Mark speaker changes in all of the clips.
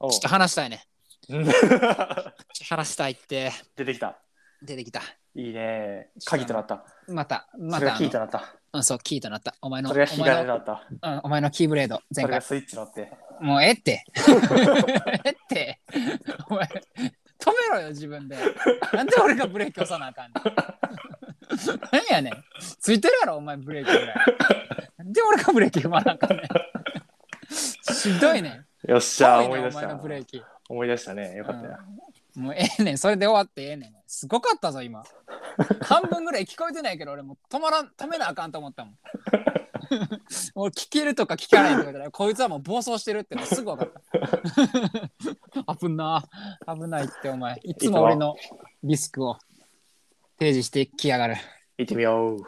Speaker 1: おう
Speaker 2: ちょっと話したいね。
Speaker 1: 出
Speaker 2: ちょっと話したいって
Speaker 1: てきた。
Speaker 2: 出てきた。
Speaker 1: いいね。鍵となった。
Speaker 2: また、ま
Speaker 1: それ
Speaker 2: た、
Speaker 1: がキーとなった。
Speaker 2: あのうん、そう、キーとなった。お前の、
Speaker 1: そ
Speaker 2: お
Speaker 1: れが
Speaker 2: 前
Speaker 1: 引き金と
Speaker 2: の
Speaker 1: なった。
Speaker 2: うんお前のキーブレード、前
Speaker 1: それ
Speaker 2: 回
Speaker 1: が。スイッチとなって。
Speaker 2: もうえ えって。ええって。お前、止めろよ、自分で。なんで俺がブレーキ押さなあか んの何やねん。ついてるやろ、お前ブレーキぐらい。なんで俺がブレーキ踏まなあか んねん。しどいねん。
Speaker 1: よっしゃ、
Speaker 2: 遠
Speaker 1: 思
Speaker 2: い
Speaker 1: い出
Speaker 2: ねんお
Speaker 1: し
Speaker 2: 前
Speaker 1: た
Speaker 2: の。ブレーキ。
Speaker 1: 思い出したね。よかったな。
Speaker 2: もうええねん、それで終わってええねん。すごかったぞ、今。半分ぐらい聞こえてないけど、俺もう止まらん、止めなあかんと思った もん。俺聞けるとか聞かないとかじゃない、こいつはもう暴走してるってのはすぐ分かった。 危な、危ないってお前、いつも俺のリスクを提示してきやがる。
Speaker 1: 行ってみよう。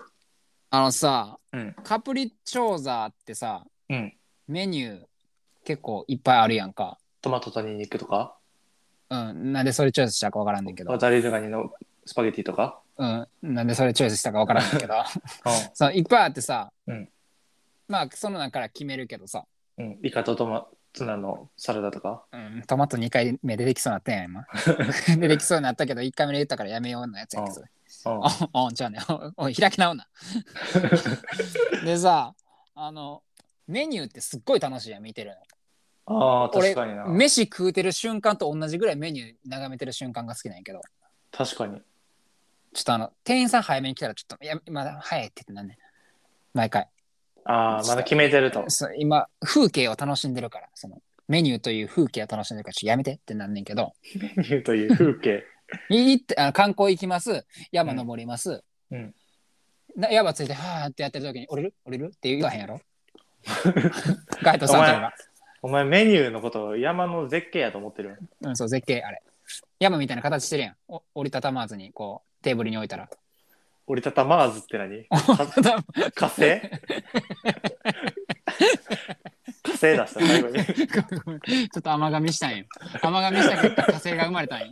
Speaker 2: あのさ、
Speaker 1: うん
Speaker 2: カプリチョーザーってさ、
Speaker 1: うん
Speaker 2: メニュー結構いっぱいあるやんか。
Speaker 1: トマトとニンニクとか、
Speaker 2: うん、なんでそれチョイスしたか分からんねんけど。
Speaker 1: ザリルガニのスパゲティとか。
Speaker 2: うん、なんでそれチョイスしたか分からんけど
Speaker 1: う
Speaker 2: そういっぱいあってさ、
Speaker 1: うん
Speaker 2: まあその中から決めるけどさ、
Speaker 1: ん。うん。イカとトマツナのサラダとか。
Speaker 2: うん、トマト2回目出てきそうになったやん 今出てきそうになったけど1回目で言ったからやめようのやつやけどそれ
Speaker 1: うん。
Speaker 2: ああじゃあね おおい開き 直んなでさあのメニューってすっごい楽しいやん見てるの
Speaker 1: ああ、
Speaker 2: 俺
Speaker 1: 確かにな。
Speaker 2: 飯食うてる瞬間と同じぐらいメニュー眺めてる瞬間が好きなんやけど
Speaker 1: 確かに。
Speaker 2: ちょっとあの店員さん早めに来たらちょっと「いやまだ早い」って言ってなんねん毎回
Speaker 1: ああ、まだ決めてると。
Speaker 2: そう今風景を楽しんでるからそのメニューという風景を楽しんでるからちょっとやめてってなんねんけど
Speaker 1: メニューという風景。
Speaker 2: いいってあの観光行きます山登ります、
Speaker 1: うん
Speaker 2: な山ついてはーってやってる時に降りる降りるって言わへんやろ ガイドさんとか
Speaker 1: お前メニューのことを山の絶景やと思ってる。
Speaker 2: が、うん、そう絶景あれ山みたいな形してるやんお折りたたまずにこうテーブルに置いたら
Speaker 1: 折りたたまーずって何 火星火星出した最後に。
Speaker 2: ちょっと甘噛みしたんよ甘噛みした結果火星が生ま れたんよ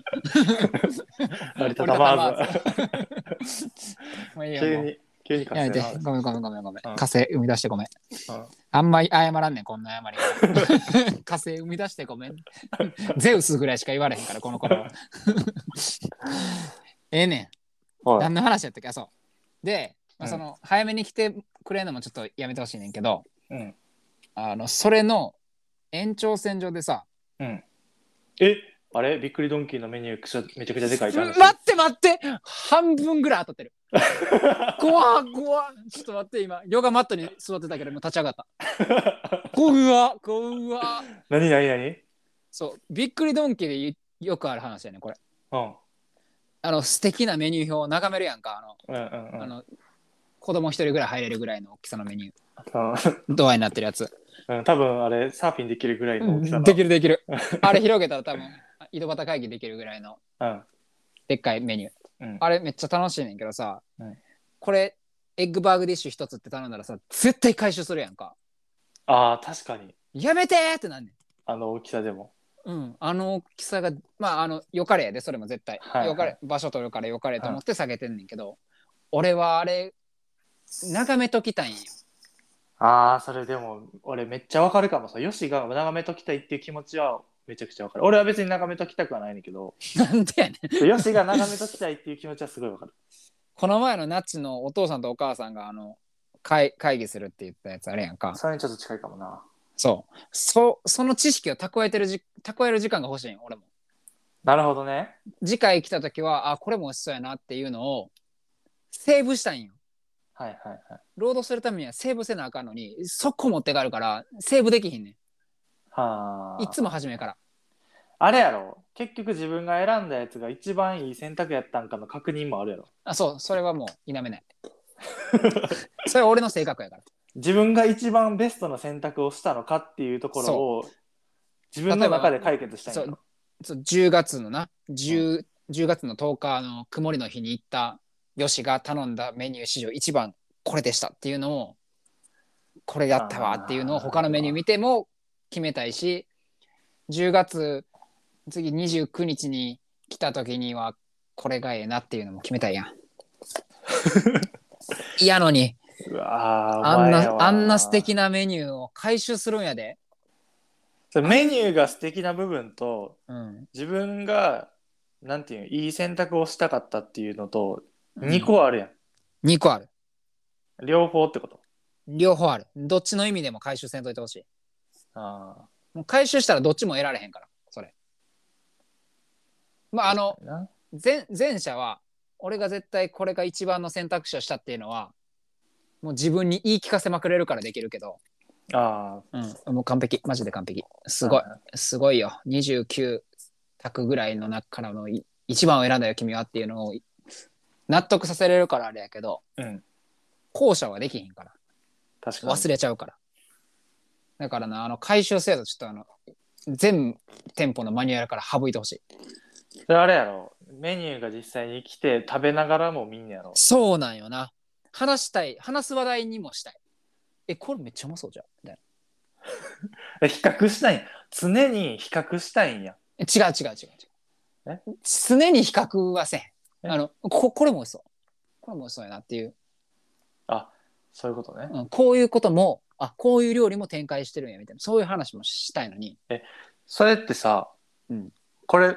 Speaker 1: 折りたたま
Speaker 2: 折り
Speaker 1: ーず。
Speaker 2: もういいよもう
Speaker 1: 急に、急に火
Speaker 2: やめ
Speaker 1: 星
Speaker 2: て
Speaker 1: なー、ず
Speaker 2: ごめんごめんごめんごめん。
Speaker 1: うん
Speaker 2: 火星生み出してごめん
Speaker 1: うん。
Speaker 2: あんまり謝らんねん、こんな謝り 方。火星生み出してごめん。ゼウスぐらいしか言われへんから、この頃は。ええねん。
Speaker 1: はい
Speaker 2: 何の話やったっけあ、そう。で、まあ、
Speaker 1: うん
Speaker 2: その、早めに来てくれるのもちょっとやめてほしいねんけど、
Speaker 1: うん。
Speaker 2: あの、それの延長線上でさ、
Speaker 1: うん。えあれびっくりドンキーのメニューくしゃめちゃくちゃでかいって
Speaker 2: 待
Speaker 1: 話
Speaker 2: って待って半分ぐらい当たっ てる。怖っ怖っちょっと待って、今、ヨガマットに座ってたけど、もう立ち上がった。怖っ怖っ
Speaker 1: 何何何
Speaker 2: そう、びっくりドンキーでいよくある話やね、これ。
Speaker 1: うん。
Speaker 2: あの、素敵なメニュー表を眺めるやんか、あ
Speaker 1: う
Speaker 2: の、
Speaker 1: んうんうん。
Speaker 2: あの子供一人ぐらい入れるぐらいの大きさのメニュ
Speaker 1: うん
Speaker 2: ー、ドアになってるやつ。
Speaker 1: うん、多分あれサーフィンできるぐらいの大きさの。
Speaker 2: できるで きる。あれ広げたら多分、井戸端会議できるぐらいの
Speaker 1: うん。
Speaker 2: でっかいメニュー。
Speaker 1: うん、
Speaker 2: あれめっちゃ楽しいねんけどさ、
Speaker 1: うん
Speaker 2: これ、エッグバーグディッシュ一つって頼んだらさ、絶対回収するやんか。
Speaker 1: ああ、確かに。
Speaker 2: やめてーってなんねん。
Speaker 1: あの大きさでも。
Speaker 2: うん、あの大きさがまああのよかれやでそれも絶対、
Speaker 1: はいはい
Speaker 2: よかれ場所取るからよかれと思って下げてんねんけど、俺はあれ眺めときたいんよ
Speaker 1: ああ、それでも、俺めっちゃわかるかもさ。ヨシが眺めときたいっていう気持ちはめちゃくちゃわかる。俺は別に眺めときたくはないねんだけど、
Speaker 2: なんでやねん
Speaker 1: ヨシが眺めときたいっていう気持ちはすごいわかる。
Speaker 2: この前のナッチのお父さんとお母さんがあの会会議するって言ったやつあれやんか
Speaker 1: それにちょっと近いかもな。
Speaker 2: そうそその知識を蓄えてるじ蓄える時間が欲しいんよ俺も
Speaker 1: なるほどね。
Speaker 2: 次回来た時はあこれも美味しそうやなっていうのをセーブしたいんよ
Speaker 1: はいはいはい。
Speaker 2: 労働するためにはセーブせなあかんのにそこ持って帰るからセーブできひんね
Speaker 1: はあ。
Speaker 2: んいつも初めから
Speaker 1: あれやろ結局自分が選んだやつが一番いい選択やったんかの確認もあるやろ。
Speaker 2: あそうそれはもう否めないそれは俺の性格やから
Speaker 1: 自分が一番ベストな選択をしたのかっていうところを自分の中で解決したいんや
Speaker 2: そ
Speaker 1: ろ
Speaker 2: うそう10月のな 10,、10月の10日の曇りの日に行ったよしが頼んだメニュー史上一番これでしたっていうのをこれだったわっていうのを
Speaker 1: あー
Speaker 2: 他のメニュー見ても決めたいし10月次29日に来た時にはこれがええなっていうのも決めたいやんいやのに
Speaker 1: うわー
Speaker 2: あん
Speaker 1: お前や
Speaker 2: な
Speaker 1: わ
Speaker 2: あんな素敵なメニューを回収するんやで、
Speaker 1: それメニューが素敵な部分と
Speaker 2: うん、
Speaker 1: 自分がなんていうのいい選択をしたかったっていうのと2個あるやん、
Speaker 2: 2個ある
Speaker 1: 両方ってこと
Speaker 2: 両方あるどっちの意味でも回収せんといてほしい
Speaker 1: あ
Speaker 2: もう回収したらどっちも得られへんからそれまああの
Speaker 1: あな
Speaker 2: 前前者は俺が絶対これが一番の選択肢をしたっていうのはもう自分に言い聞かせまくれるからできるけど、
Speaker 1: あ
Speaker 2: うん、もう完璧マジで完璧
Speaker 1: ー
Speaker 2: すごいすごいよ29択ぐらいの中からのい一番を選んだよ君はっていうのをい納得させれるからあれやけど
Speaker 1: うん
Speaker 2: 後者はできへんから
Speaker 1: 確かに
Speaker 2: 忘れちゃうからだからなあの回収制度ちょっとあの全店舗のマニュアルから省いてほしい
Speaker 1: それあれやろメニューが実際に来て食べながらも見んねやろ
Speaker 2: そうなんよな。話したい、話す話題にもしたい。え、これめっちゃうまそうじゃん。みたい
Speaker 1: え比較したいん常に比較したいんや
Speaker 2: な。違う違う違う違う。常に比較はせん。
Speaker 1: え
Speaker 2: あのこ、これも美味しそう。これも美味しそうやなっていう、
Speaker 1: そういうことね
Speaker 2: うん。こういうことも、あ、こういう料理も展開してるんやみたいな。そういう話もしたいのに。
Speaker 1: それってさ、
Speaker 2: うん
Speaker 1: これ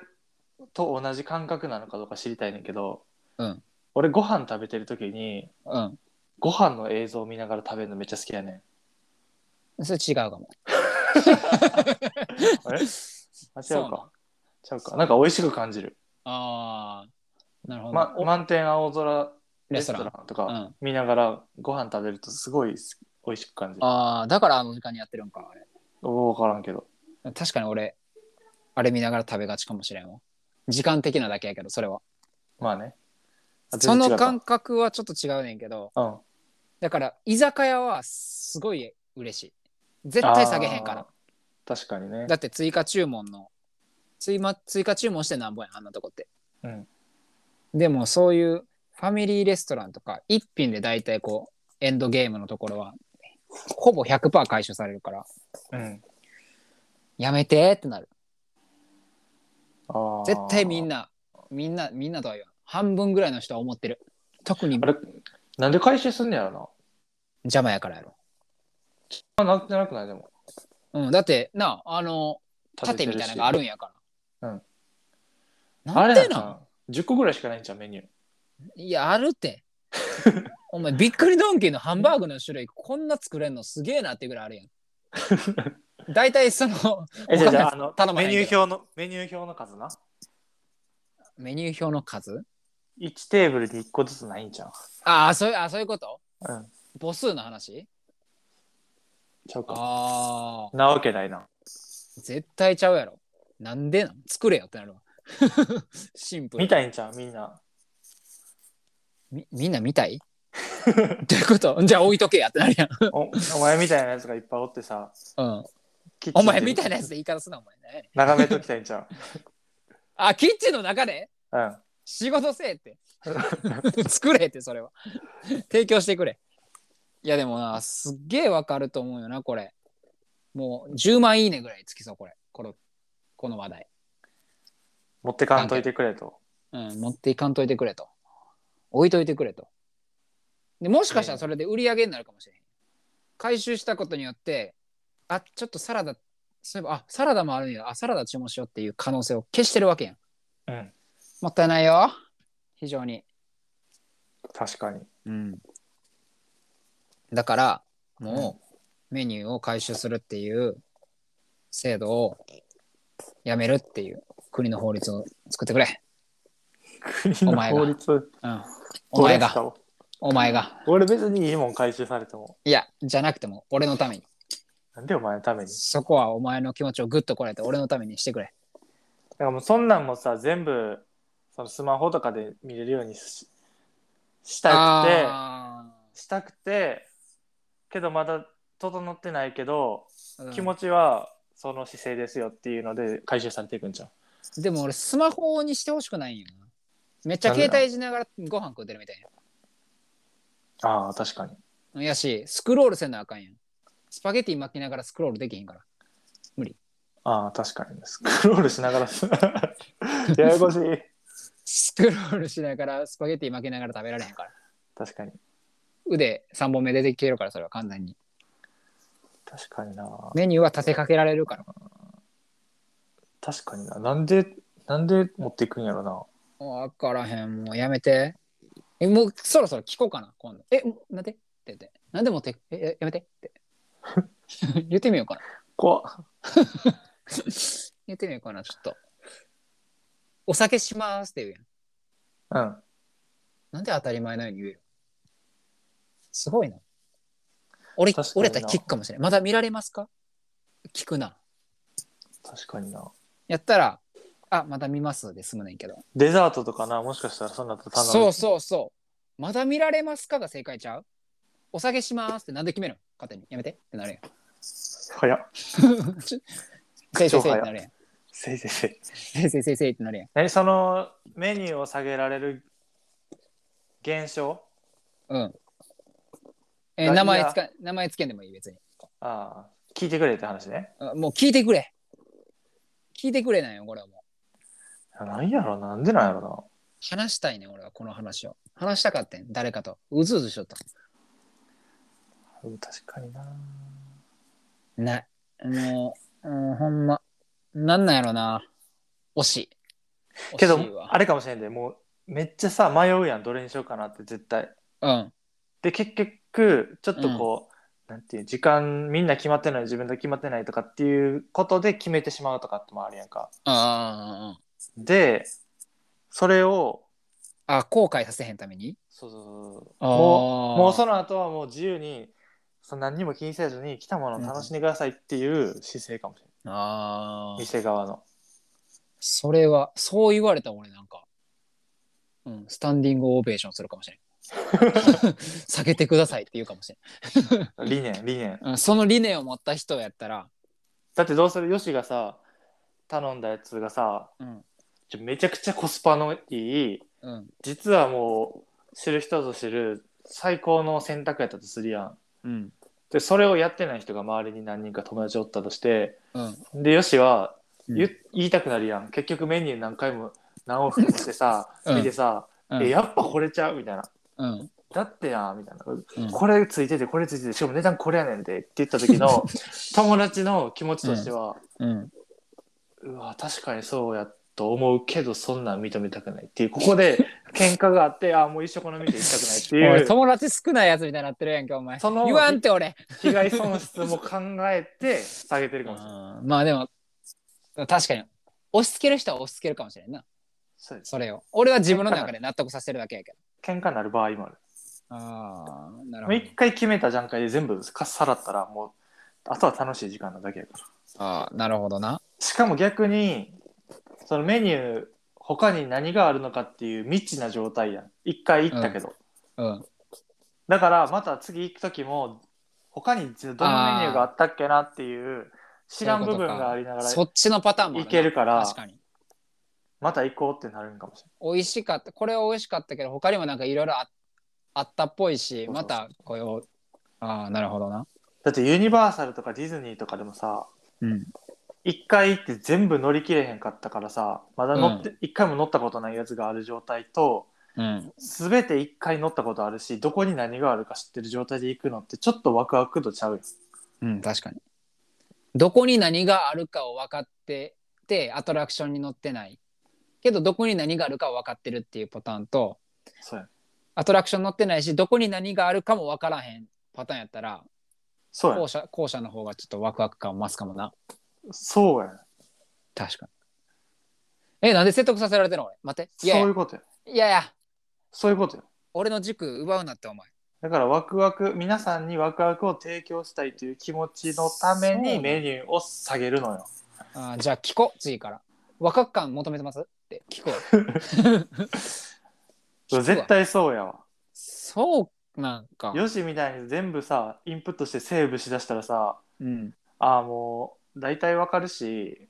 Speaker 1: と同じ感覚なのかどうか知りたいねんけど、
Speaker 2: うん
Speaker 1: 俺ご飯食べてる時に
Speaker 2: うん。
Speaker 1: ご飯の映像を見ながら食べるのめっちゃ好きやね ん
Speaker 2: それ違うかも。
Speaker 1: あれあ
Speaker 2: そう
Speaker 1: 違うん
Speaker 2: な
Speaker 1: か違うかなんか美味しく感じる、
Speaker 2: ああ。なるほど。
Speaker 1: ま、
Speaker 2: お
Speaker 1: 満天青空レ
Speaker 2: レ
Speaker 1: ス
Speaker 2: ス
Speaker 1: ト
Speaker 2: ト
Speaker 1: ラ
Speaker 2: ラ
Speaker 1: ン
Speaker 2: ン
Speaker 1: と
Speaker 2: う
Speaker 1: か
Speaker 2: ん、
Speaker 1: 見ながらご飯食べるとすごいす美味しく感じる
Speaker 2: ああ、だからあの時間にやってるんか。あれ
Speaker 1: 分からんけど
Speaker 2: 確かに俺、あれ見ながら食べがちかもしれんわ。時間的なだけやけど、それは。
Speaker 1: まあねあ
Speaker 2: そ
Speaker 1: 全然違
Speaker 2: の
Speaker 1: うか
Speaker 2: 感覚はちょっと違うねんけど、
Speaker 1: うん
Speaker 2: だから居酒屋はすごい嬉しい。絶対下げへんから。
Speaker 1: あー確かにね
Speaker 2: だって追加注文の追,、ま、追加注文してなんぼやんあんなとこって。
Speaker 1: うん
Speaker 2: でもそういうファミリーレストランとか一品で大体こうエンドゲームのところはほぼ100%回収されるから
Speaker 1: うん
Speaker 2: やめてってなる。
Speaker 1: あー
Speaker 2: 絶対みんなみんなみんなとは言わん半分ぐらいの人は思ってる。特に
Speaker 1: あれなんで回収すんねやろな
Speaker 2: 邪魔やからやろ。
Speaker 1: あなってなくないでも
Speaker 2: うん、だってなあの
Speaker 1: て
Speaker 2: 盾
Speaker 1: る
Speaker 2: み
Speaker 1: した
Speaker 2: いなのがあるんやから。
Speaker 1: うん。あ
Speaker 2: な
Speaker 1: れ
Speaker 2: んで
Speaker 1: なん
Speaker 2: なん
Speaker 1: か10個ぐらいしかないんじゃうメニュー
Speaker 2: いや、あるって。 お前、びっくりドンキーのハンバーグの種類、こんな作れんのすげえなってぐらいある やん。大体その
Speaker 1: えじゃあじゃあ
Speaker 2: わ
Speaker 1: あの
Speaker 2: 頼まへ
Speaker 1: メ
Speaker 2: んけ
Speaker 1: ニ
Speaker 2: ど
Speaker 1: ュー表のメニュー表の数な
Speaker 2: メニュー表の数
Speaker 1: 1テーブルに1個ずつないんじゃん
Speaker 2: ああ、そういう、あそういうこと
Speaker 1: うん
Speaker 2: 母数の話
Speaker 1: ちゃうか
Speaker 2: ああ、
Speaker 1: なわけないな
Speaker 2: 絶対ちゃうやろ。なんでなん作れよってなるわ。 シンプル
Speaker 1: 見。たいんじゃんみんな
Speaker 2: みみんな見たいどういうことじゃあ置いとけやってなるやん。
Speaker 1: おお前みたいなやつがいっぱいおってさ
Speaker 2: うん、
Speaker 1: キッチ
Speaker 2: お
Speaker 1: ンで
Speaker 2: 前みたいなやつで言い方すな、お前ね。
Speaker 1: 眺めときたいんちゃ
Speaker 2: あ、キッチンの中で
Speaker 1: ううん
Speaker 2: 仕事せえって 作れってそれは提供してくれいやでもなすっげえわかると思うよなこれもう10万いいねぐらいつきそうこれこのこの話題、
Speaker 1: 持ってかんといてくれと
Speaker 2: うん、持っていかんといてくれと置いといてくれとでもしかしたらそれで売り上げになるかもしれへん回収したことによってあちょっとサラダそういえばあサラダもあるんやあサラダ注文しようっていう可能性を消してるわけやん
Speaker 1: うん
Speaker 2: もったいないよ非常に
Speaker 1: 確かに
Speaker 2: うん、だからもうメニューを回収するっていう制度をやめるっていう国の法律を作ってくれ、
Speaker 1: 国
Speaker 2: お
Speaker 1: の
Speaker 2: 前が
Speaker 1: 法律
Speaker 2: うん、お前
Speaker 1: どうやった
Speaker 2: が
Speaker 1: の
Speaker 2: お前が
Speaker 1: 俺別にいいもん回収されても
Speaker 2: いやじゃなくても俺のために
Speaker 1: なんでお前のために
Speaker 2: そこはお前の気持ちをグッとこらえて俺のためにしてくれ
Speaker 1: だからもうそんなんもさ全部そのスマホとかで見れるようにししたく
Speaker 2: あ
Speaker 1: てしたくてけどまだ整ってないけど、
Speaker 2: ーうん
Speaker 1: 気持ちはその姿勢ですよっていうので回収されていくんじゃん
Speaker 2: でも俺スマホにしてほしくないんよなめっちゃ
Speaker 1: なんでな
Speaker 2: 携帯いじながらご飯食うてるみたい
Speaker 1: ああ確かに
Speaker 2: なやしスクロールせなあかんやんスパゲティ巻きながらスクロールできへんから
Speaker 1: ああ確かにスクロールしながら ややこしい
Speaker 2: スクロールしながらスパゲティ負けながら食べられへんから。
Speaker 1: 確かに。
Speaker 2: 腕3本目出てきてるから、それは完全に。
Speaker 1: 確かにな。
Speaker 2: メニューは立てかけられるから。
Speaker 1: 確かにな。なんで、なんで持っていくんやろな。
Speaker 2: わからへん、もうやめて。え、もうそろそろ聞こうかな、今度。え、もうなんでって言って。なんで持ってえ、ややめてって。 言ってみようかな。
Speaker 1: 怖っ
Speaker 2: 言ってみようかな、ちょっと。お酒しますって言うやん。
Speaker 1: うん。
Speaker 2: なんで当たり前のように言えるすごいな。俺、
Speaker 1: 確かに
Speaker 2: 俺
Speaker 1: な
Speaker 2: やったら聞くかもしれない。まだ見られますか聞くな。
Speaker 1: 確かにな。
Speaker 2: やったら、あ、まだ見ますで済むねんけど。
Speaker 1: デザートとかな、もしかしたらそんなと頼む。
Speaker 2: そうそうそう。まだ見られますかが正解ちゃうお下げしますってなんで決めるの勝手に。やめてってなるやん。
Speaker 1: 早っ。
Speaker 2: せいせいせいってなるやん。
Speaker 1: せいせいせい。
Speaker 2: せいせいせいせいってなるやん。
Speaker 1: 何そのメニューを下げられる現象
Speaker 2: うん。え
Speaker 1: あ
Speaker 2: ー名前つか、名前つけんでもいい別に。
Speaker 1: ああ、聞いてくれって話ね。
Speaker 2: あもう聞いてくれ。聞いてくれなんよ、これはもう。
Speaker 1: なんやろな、なんでなんやろ
Speaker 2: 話したいねん、俺はこの話を。話したかってん、誰かと。うずうずしとった。
Speaker 1: な。うん確かにな。
Speaker 2: ない。もう、うん、ほんま。なんなんやろな。惜しい。
Speaker 1: けど
Speaker 2: 惜しい、わ
Speaker 1: あれかもしれんで、もうめっちゃさ、迷うやん、どれにしようかなって絶対。
Speaker 2: うん。
Speaker 1: で、結局、ちょっとこう、なんていう、時間、みんな決まってない、自分が決まってないとかっていうことで決めてしまうとかってもあるやんか。
Speaker 2: あー
Speaker 1: で、それを、
Speaker 2: あー、あーあー、後悔させへんために
Speaker 1: そうそうそうそう。
Speaker 2: あー
Speaker 1: もう、もうその後はもう自由に、その何にも気にせずに来たものを楽しんでくださいっていう姿勢かもしれない。
Speaker 2: ああ。
Speaker 1: 店側の。
Speaker 2: それは、そう言われた俺なんか、うん、スタンディングオベーションするか もしれん。下げてくださいって言うかもしれ
Speaker 1: 理念、理念。
Speaker 2: ん。うん、その理念を持った人やったら、
Speaker 1: だってどうするよしがさ、頼んだやつがさ、
Speaker 2: うん、
Speaker 1: ちょめちゃくちゃコスパのいい、
Speaker 2: うん、
Speaker 1: 実はもう、知る人ぞ知る最高の選択やったとするやん。
Speaker 2: うん、
Speaker 1: で、それをやってない人が周りに何人か友達おったとして、
Speaker 2: うん。
Speaker 1: で、よしは
Speaker 2: うん
Speaker 1: 言,、言いたくなるやん。結局メニュー何回も何往復してさ、
Speaker 2: うん
Speaker 1: 見てさ、
Speaker 2: うん
Speaker 1: え、やっぱこれちゃうみたいな。
Speaker 2: うん、
Speaker 1: だってや、みたいな。
Speaker 2: うん
Speaker 1: これついてて、これついてて、しかも値段これやねんでって言った時の友達の気持ちとしては、
Speaker 2: うん。
Speaker 1: うわ、確かにそうやと思うけど、そんなん認めたくないっていう、ここで喧嘩があって、あ、もう一生この店行きたくないって
Speaker 2: おい
Speaker 1: いう、
Speaker 2: 友達少ないやつみたいになってるやんけ、お前。
Speaker 1: その
Speaker 2: 言わんって俺。
Speaker 1: 被害損失も考えて下げてるかもしれない。
Speaker 2: うんまあでも、確かに、押し付ける人は押し付けるかもしれんな、
Speaker 1: そうです。
Speaker 2: それを。俺は自分の中で納得させてるだけやけど。
Speaker 1: 喧嘩になる場合もある。
Speaker 2: ああ、なる
Speaker 1: もう一回決めた段階で全部かっさらったら、もう、あとは楽しい時間なだけやから。
Speaker 2: ど。ああ、なるほどな。
Speaker 1: しかも逆に、そのメニュー、他に何があるのかっていう未知な状態やん。一回行ったけど。
Speaker 2: うん。
Speaker 1: だから、また次行く時も、他にどのメニューがあったっけなっていう、知らん部分がありながら、
Speaker 2: そっちのパターンもある
Speaker 1: 行
Speaker 2: な
Speaker 1: けるから、
Speaker 2: 確かに。
Speaker 1: また行こうってなるんかもしれ
Speaker 2: 美味しかったこれは美味しかったけど他にもなんかいろいろああったっぽいしまたこれをああなるほどな
Speaker 1: ない。だってユニバーサルとかディズニーとかでもさ、
Speaker 2: うん
Speaker 1: 一回行って全部乗り切れへんかったからさ、まだ乗って、一回も乗ったことないやつがある状態と、
Speaker 2: うん
Speaker 1: すべて一回乗ったことあるし、どこに何があるか知ってる状態で行くのって、ちょっとワクワク度ちゃうよ。
Speaker 2: うん確かにどこに何があるかを分かっててアトラクションに乗ってないけどどこに何があるかを分かってるっていうパターンと
Speaker 1: そうや
Speaker 2: アトラクション乗ってないしどこに何があるかも分からへんパターンやったら
Speaker 1: そうや
Speaker 2: 後者後者の方がちょっとワクワク感増すかもな
Speaker 1: そうや
Speaker 2: 確かにえなんで説得させられてるの俺待っていやい
Speaker 1: そうい
Speaker 2: や
Speaker 1: うことや。
Speaker 2: いやいや
Speaker 1: そういうことや。
Speaker 2: 俺の軸奪うなってお前
Speaker 1: だからワクワク皆さんにワクワクを提供したいという気持ちのため
Speaker 2: そう
Speaker 1: に
Speaker 2: ね
Speaker 1: メニューを下げるのよ。
Speaker 2: あーじゃあ聞こう次から若く感求めてますって聞こう聞くわ
Speaker 1: 絶対 そうやわ。
Speaker 2: そうなんか
Speaker 1: よしみたいに全部さインプットしてセーブしだしたらさ
Speaker 2: うん、
Speaker 1: ああもう大体わかるし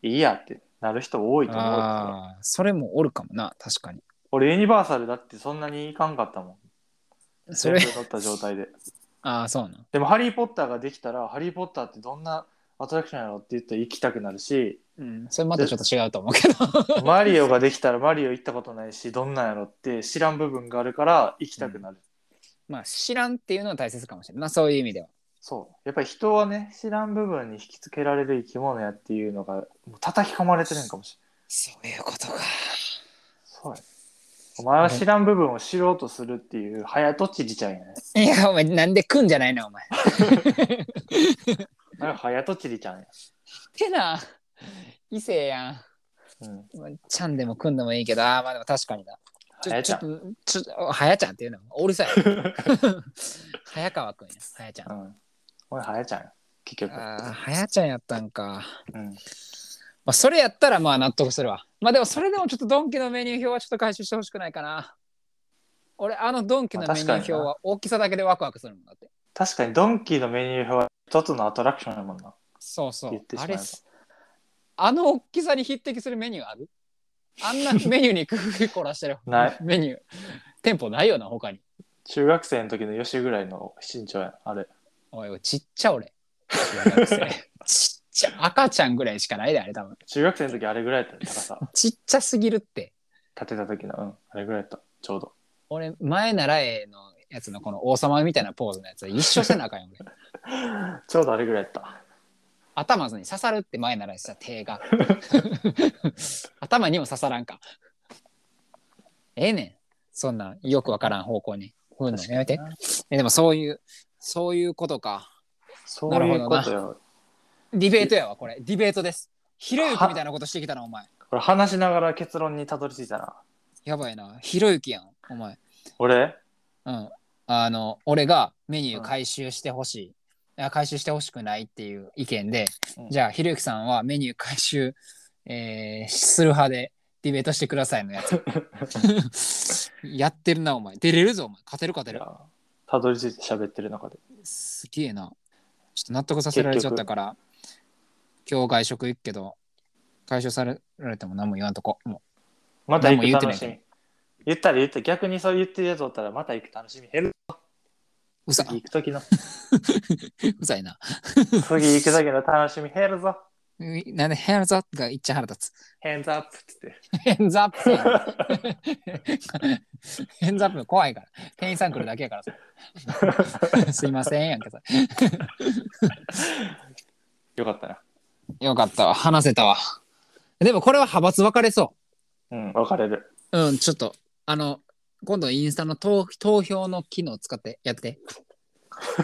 Speaker 1: いいやってなる人多いと思うよ
Speaker 2: あーそれもおるかもな確かに
Speaker 1: 俺ユニバーサルだってそんなにいかんかったもん。
Speaker 2: そ
Speaker 1: 全部
Speaker 2: れ
Speaker 1: 乗った状態で。
Speaker 2: ああそうなん
Speaker 1: でも「ハリー・ポッター」ができたら「ハリー・ポッター」ってどんなアトラクションやろって言ったら行きたくなるし、
Speaker 2: うん、それまたちょっと違うと思うけど
Speaker 1: マリオができたらマリオ行ったことないし、どんなんやろって知らん部分があるから行きたくなる。
Speaker 2: まあ知らんっていうのは大切かもしれないなそういう意味では
Speaker 1: そう。やっぱり人はね、知らん部分に引きつけられる生き物やっていうのが、もう叩き込まれてるんかもしれない。
Speaker 2: そういうことか
Speaker 1: そうや。お前は知らん部分を知ろうとするっていう、早とちりちゃんやね。
Speaker 2: いやお前なんで来んじゃないなお前
Speaker 1: あれ早とちりちゃんや。
Speaker 2: てな異性やん
Speaker 1: うん。
Speaker 2: まあちゃんでもくんでもいいけど、あーまあでも確かにな。ち
Speaker 1: は
Speaker 2: ょ
Speaker 1: やち
Speaker 2: ちょ
Speaker 1: ゃ
Speaker 2: っ
Speaker 1: ん。
Speaker 2: と、ちょっと、はやちゃんっていうのも、う るさい。早川くんや、はやちゃん。
Speaker 1: う
Speaker 2: あ
Speaker 1: ん。俺、はやちゃんや。結局。
Speaker 2: あー、はやちゃんやったんか。
Speaker 1: うん。
Speaker 2: まあ、それやったらまあ納得するわ。まあでも、それでもちょっとドンキのメニュー表はちょっと回収してほしくないかな。俺、あのドンキのメニュー表
Speaker 1: まあ
Speaker 2: は大きさだけでワクワクするもんだって。
Speaker 1: 確かに、ドンキーのメニュー表は一つのアトラクションやもんな。
Speaker 2: そうそ
Speaker 1: 言
Speaker 2: う
Speaker 1: っ。てしま
Speaker 2: あ
Speaker 1: えば
Speaker 2: れす、あの大きさに匹敵するメニューあるあんなメニューに工夫凝らしてる
Speaker 1: ない
Speaker 2: メニュー。店舗ないよな、他に。
Speaker 1: 中学生の時のよしぐらいの身長やあれ。
Speaker 2: おいおい、ちっちゃ俺。中学生 ちっちゃ、赤ちゃんぐらいしかないで、あれ多分。
Speaker 1: 中学生の時あれぐらいやったね高 さ。
Speaker 2: ちっちゃすぎるって。
Speaker 1: 立てた時の、うん。あれぐらいやった。ちょうど。
Speaker 2: 俺、前習えのやつのこの王様みたいなポーズのやつは一生せなあかんよ、 俺。
Speaker 1: ちょうどあれぐらいやった。
Speaker 2: 頭に刺さるって前習えした手 が。頭にも刺さらんか。ええねん。そんな、よくわからん方向に。うんのやめて。え、でもそういう、そういうことか。
Speaker 1: そういうことよ。
Speaker 2: ディベートやわ、これ。ディベートです。ひろゆきみたいなことしてきたな、お前。
Speaker 1: これ話しながら結論にたどり着いたな。
Speaker 2: やばいな。ひろゆきやん、お前。
Speaker 1: 俺
Speaker 2: うん、あの俺がメニュー回収してほしい、いや回収してほしくないっていう意見で、
Speaker 1: うん
Speaker 2: じゃあひろゆきさんはメニュー回収、えーする派でディベートしてくださいの やつやってるなお前出れるぞお前勝てる勝て
Speaker 1: い
Speaker 2: る
Speaker 1: やたどり着いて喋ってる中で。
Speaker 2: すげえなちょっと納得させられちゃったから今日外食行くけど解消されられても何も言わんとこも
Speaker 1: また行
Speaker 2: 何
Speaker 1: く
Speaker 2: も言う
Speaker 1: 楽
Speaker 2: てない
Speaker 1: しみ。言ったら言った逆にそう言ってるやつおったらまた行く楽しみ減る。
Speaker 2: ううざ
Speaker 1: 次行く時 の。
Speaker 2: うざいな
Speaker 1: 次行く時の楽しみ減るぞ。
Speaker 2: ういなんでヘアザップがいっちゃ腹立つ
Speaker 1: ヘンズアップっつって。
Speaker 2: ヘン ズアップせえよヘンズアップ怖いから。店員さん来るだけ やからさ。すいませんやんけさ。
Speaker 1: よかったな。
Speaker 2: よかったわ。話せたわ。でもこれは派閥分かれそ
Speaker 1: うん、分かれる。
Speaker 2: う。うん、ちょっと、あの、今度インスタの投投票の機能を使ってやって。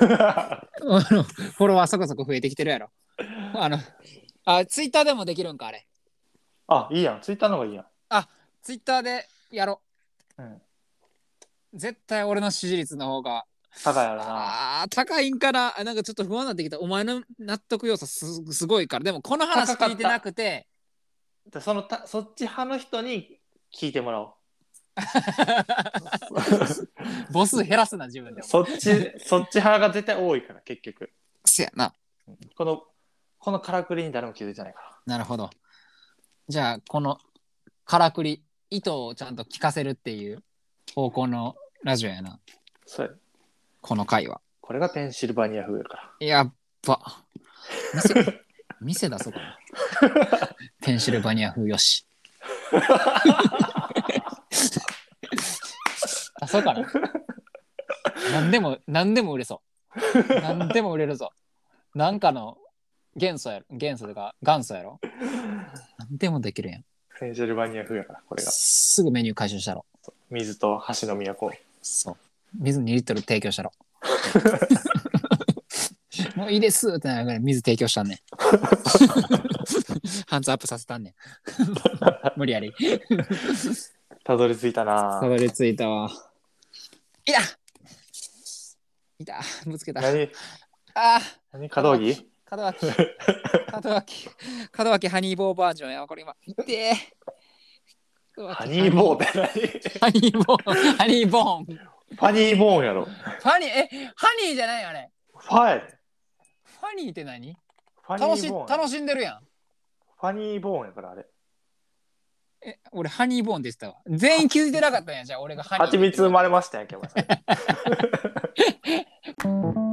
Speaker 2: あのフォロワーそこそこ増えてきてるやろ。あの、あ、ツイッターでもできるんか、あれ。
Speaker 1: あ、いいやん。ツイッターの方がいいやん。
Speaker 2: ツイッターでやろ
Speaker 1: うん。
Speaker 2: う。絶対俺の支持率の方が
Speaker 1: 高いやろな。
Speaker 2: あー高いんかなあなんかちょっと不安になってきたお前の納得要素すすごいからでもこの話
Speaker 1: 高かった
Speaker 2: 聞いてなくて
Speaker 1: でそのたそっち派の人に聞いても らおう。
Speaker 2: 母数減らすな自分で
Speaker 1: そっち、そっち派が絶対多いから、結局。
Speaker 2: せやな
Speaker 1: この、このからくりに誰も気づいてないか
Speaker 2: なるほどじゃあこのからくり糸をちゃんと聞かせるっていう方向のラジオやな
Speaker 1: ら。そうや
Speaker 2: この回は
Speaker 1: これがペンシルバニア風やから。
Speaker 2: やっば店店出そうかなペンシルバニア風よし出そうかな何でも何でも売れそう何でも売れるぞなんかの元素やろ元素とか元素やろ何でもできるやん
Speaker 1: ペンシルバニア風やから、これが。
Speaker 2: すぐメニュー回収したろ
Speaker 1: 水と橋の都。
Speaker 2: そう水2リットル提供 したろもういいですってなるぐらい水提供したんねん ハンズアップさせたんね ん無理やり
Speaker 1: たどり着いたな
Speaker 2: た。どり着いたわいやいたぶつけたあ
Speaker 1: 何
Speaker 2: あ
Speaker 1: 何可動域
Speaker 2: 門脇門脇門脇ハニーボーバージョンやわこれ今いてえ
Speaker 1: ハニーボーンって
Speaker 2: ハニーボーンハニーボーン
Speaker 1: 何ファニーボーンやろ。フ
Speaker 2: ハニーえハニーじゃないあれ
Speaker 1: ァやで
Speaker 2: ファニーって何
Speaker 1: ファニ
Speaker 2: 楽し
Speaker 1: ーボーン。
Speaker 2: 楽しんでるやん
Speaker 1: ファニーボーンやから、あれ。
Speaker 2: え、俺、ハニーボーンでしたわ。全員気づいてなかったんや、じゃあ、俺がハニー。
Speaker 1: 蜂蜜生まれましたやんけ、お前さん。